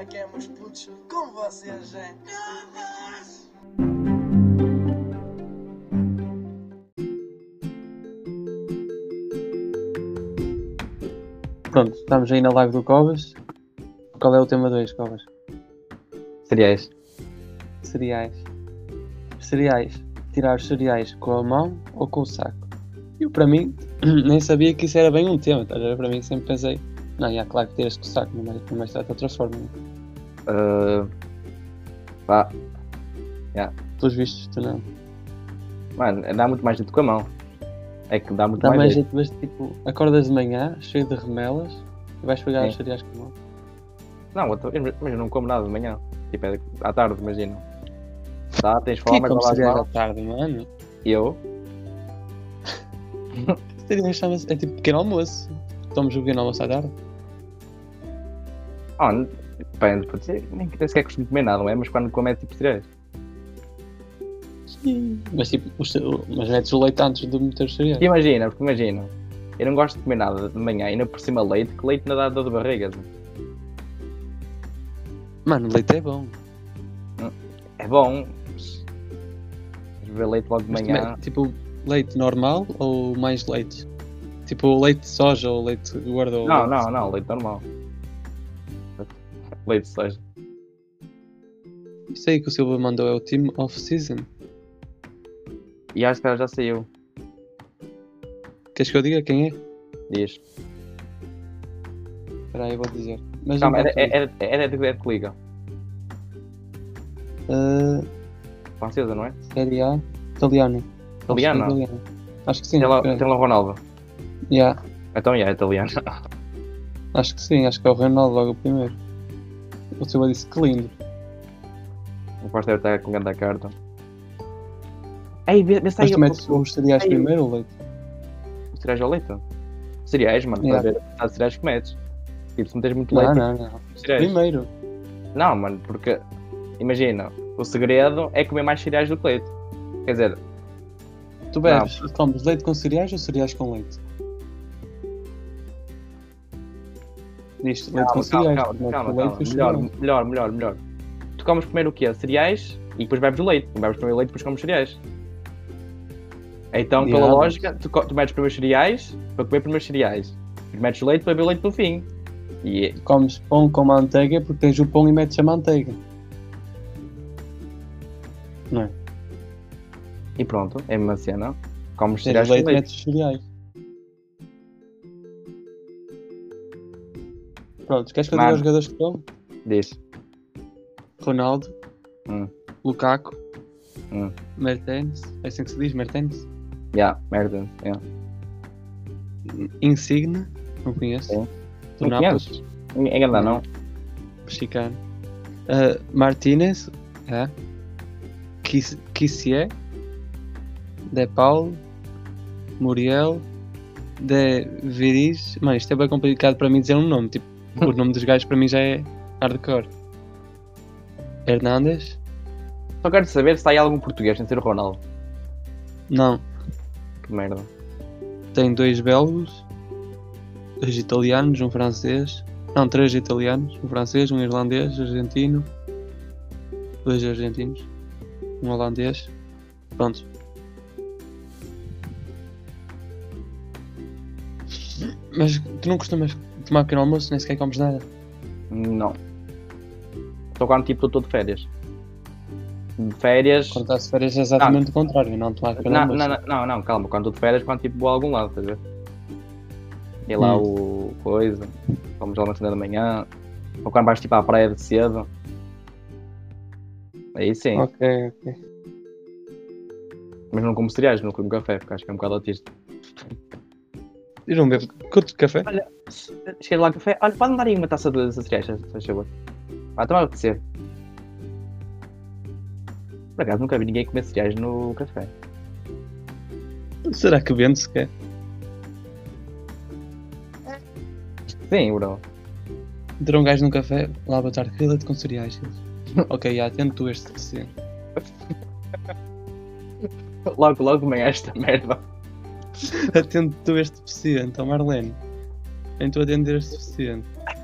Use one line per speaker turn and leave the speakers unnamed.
é que é, meus putos? Como vocês, hein?
Pronto, estamos aí na live do Covas. Qual é o tema 2, Covas?
Cereais.
Cereais. Cereais. Tirar os cereais com a mão ou com o saco? Eu, para mim, nem sabia que isso era bem um tema. Estás a ver? Para mim, sempre pensei. Não, já, claro que tiras com o saco, mas não mais trata de outra forma. né?
Ah, pá,
Pelos vistos, tu não.
mano, dá muito mais jeito com a mão. É que dá muito
Dá
mais,
mais
jeito.
jeito, mas tipo, acordas de manhã, cheio de remelas, e vais pegar
Sim.
os cereais com a mão.
Não, eu tô- mas eu não como nada de manhã. Tipo, é à tarde, imagina. Tá, tens
Quem
fome,
é que
mas não
come
lavo as
cereais à
mãos.
tarde, mano?
E eu?
Cereais chama-se- É tipo pequeno almoço. Tomas o pequeno almoço à tarde?
Ah, n- depende, pode ser. Nem que- nem sequer costumo comer nada, não é? Mas quando como é tipo cereais.
Sim. Mas tipo, os ce- mas metes o leite antes de meter os cereais.
Imagina, porque imagina. Eu não gosto de comer nada de manhã, ainda por cima leite, que leite na dá dor de barriga.
Mano, leite é bom.
É bom. Mas mas beber leite logo de
Mas
manhã.
também, tipo, leite normal ou mais leite? Tipo, leite de soja ou leite de gorda ou
Não,
leite-
não, não, leite normal. Leite de soja.
Isso aí que o Silva mandou é o Team Off-Season.
E acho que ela já saiu.
Queres que eu diga quem é?
Diz.
Espera aí, eu vou dizer. Mas
Calma, é,
não
era,
tá tudo.
era, era, de, era de liga.
Ah,
Francesa, não é?
Série A, italiana.
Italiana?
Acho que é italiana. Acho que sim.
Tem lá,
espera aí.
tem lá o Ronaldo.
Yeah,
Então, é, é italiano.
acho que sim, acho que é o Ronaldo logo o primeiro. O Silva disse que lindo.
O Costa deve estar com grande carta. Ei, vê, vê se tá
Mas é
aí
tu metes
o
os cereais
Saiu.
primeiro ou leite?
cereais ao leite. Cereais, mano.
Yeah.
Estás a ver Tá, a quantidade de cereais que metes. Tipo, se metes muito
Não,
leite,
não, não.
cereais.
Primeiro.
Não, mano, porque imagina, o segredo é comer mais cereais do que leite. Quer dizer,
Tu bebes, comes leite com cereais ou cereais com leite? Diz leite com cereais.
calma,
não,
calma,
leite
calma.
com
Melhor,
cereais.
melhor, melhor, melhor. Tu comes primeiro o quê? Cereais e depois bebes o leite. Não bebes primeiro o leite e depois comes cereais. Então, pela
Diabos.
lógica, tu, co- tu metes primeiro os cereais para comer primeiro os cereais. Depois metes o leite para beber o leite no fim. E
Comes pão com manteiga porque tens o pão e metes a manteiga.
E pronto, é a mesma cena. Comes
Tens o
cereais com
leite e
leite.
metes os cereais. Pronto, queres que eu diga
Mano.
os jogadores que estão?
Diz.
Ronaldo,
Hum.
Lukaku,
Hum.
Mertens, é assim que se diz, Mertens,
Yeah, merda. Yeah.
Insigne, não conheço,
Sim.
do
Não
Nápoles,
conheces? Em Gandá, não?
mexicano, Ah, Martínez, é, Kis- Kissié, De Paulo, Muriel, De Viris, mano, isto é bem complicado para mim dizer um nome, tipo, o nome dos gajos para mim já é hardcore. Hernandes?
Só quero saber se sai algum português sem ser o Ronaldo.
Não.
Que merda.
tem dois belgos, dois italianos, um francês, não, três italianos, um francês, um irlandês, argentino, dois argentinos, um holandês, pronto. Mas tu não costumas tomar pequeno almoço, nem sequer comes nada.
Não. Só quando tipo estou de férias. De férias.
Quando estás de férias é exatamente o contrário, não tomar pequeno
Não,
almoço.
não, não, não, não, calma. Quando estou de férias, quando tipo vou a algum lado, estás a ver? E lá o coisa. Vamos lá uma cena da manhã. Ou quando vais tipo à praia de cedo. Aí sim.
Ok, ok.
Mas não como cereais, não como café, porque acho que é um bocado autista.
E não bebo. Curto café?
Cheguei lá ao café, olha, pode-me dar aí uma taça de de cereais, se faz favor. Ah, estava a apetecer. Por acaso nunca vi ninguém comer cereais no café.
Será que vende sequer?
Sim, bro.
Entrou um gajo num café, lá boa tarde, queria leite com cereais. Eles, ok, já atendo tu este deficiente.
Logo, logo vem esta merda.
Atendo tu este deficiente, ó Marlene. Vem tu atender este deficiente.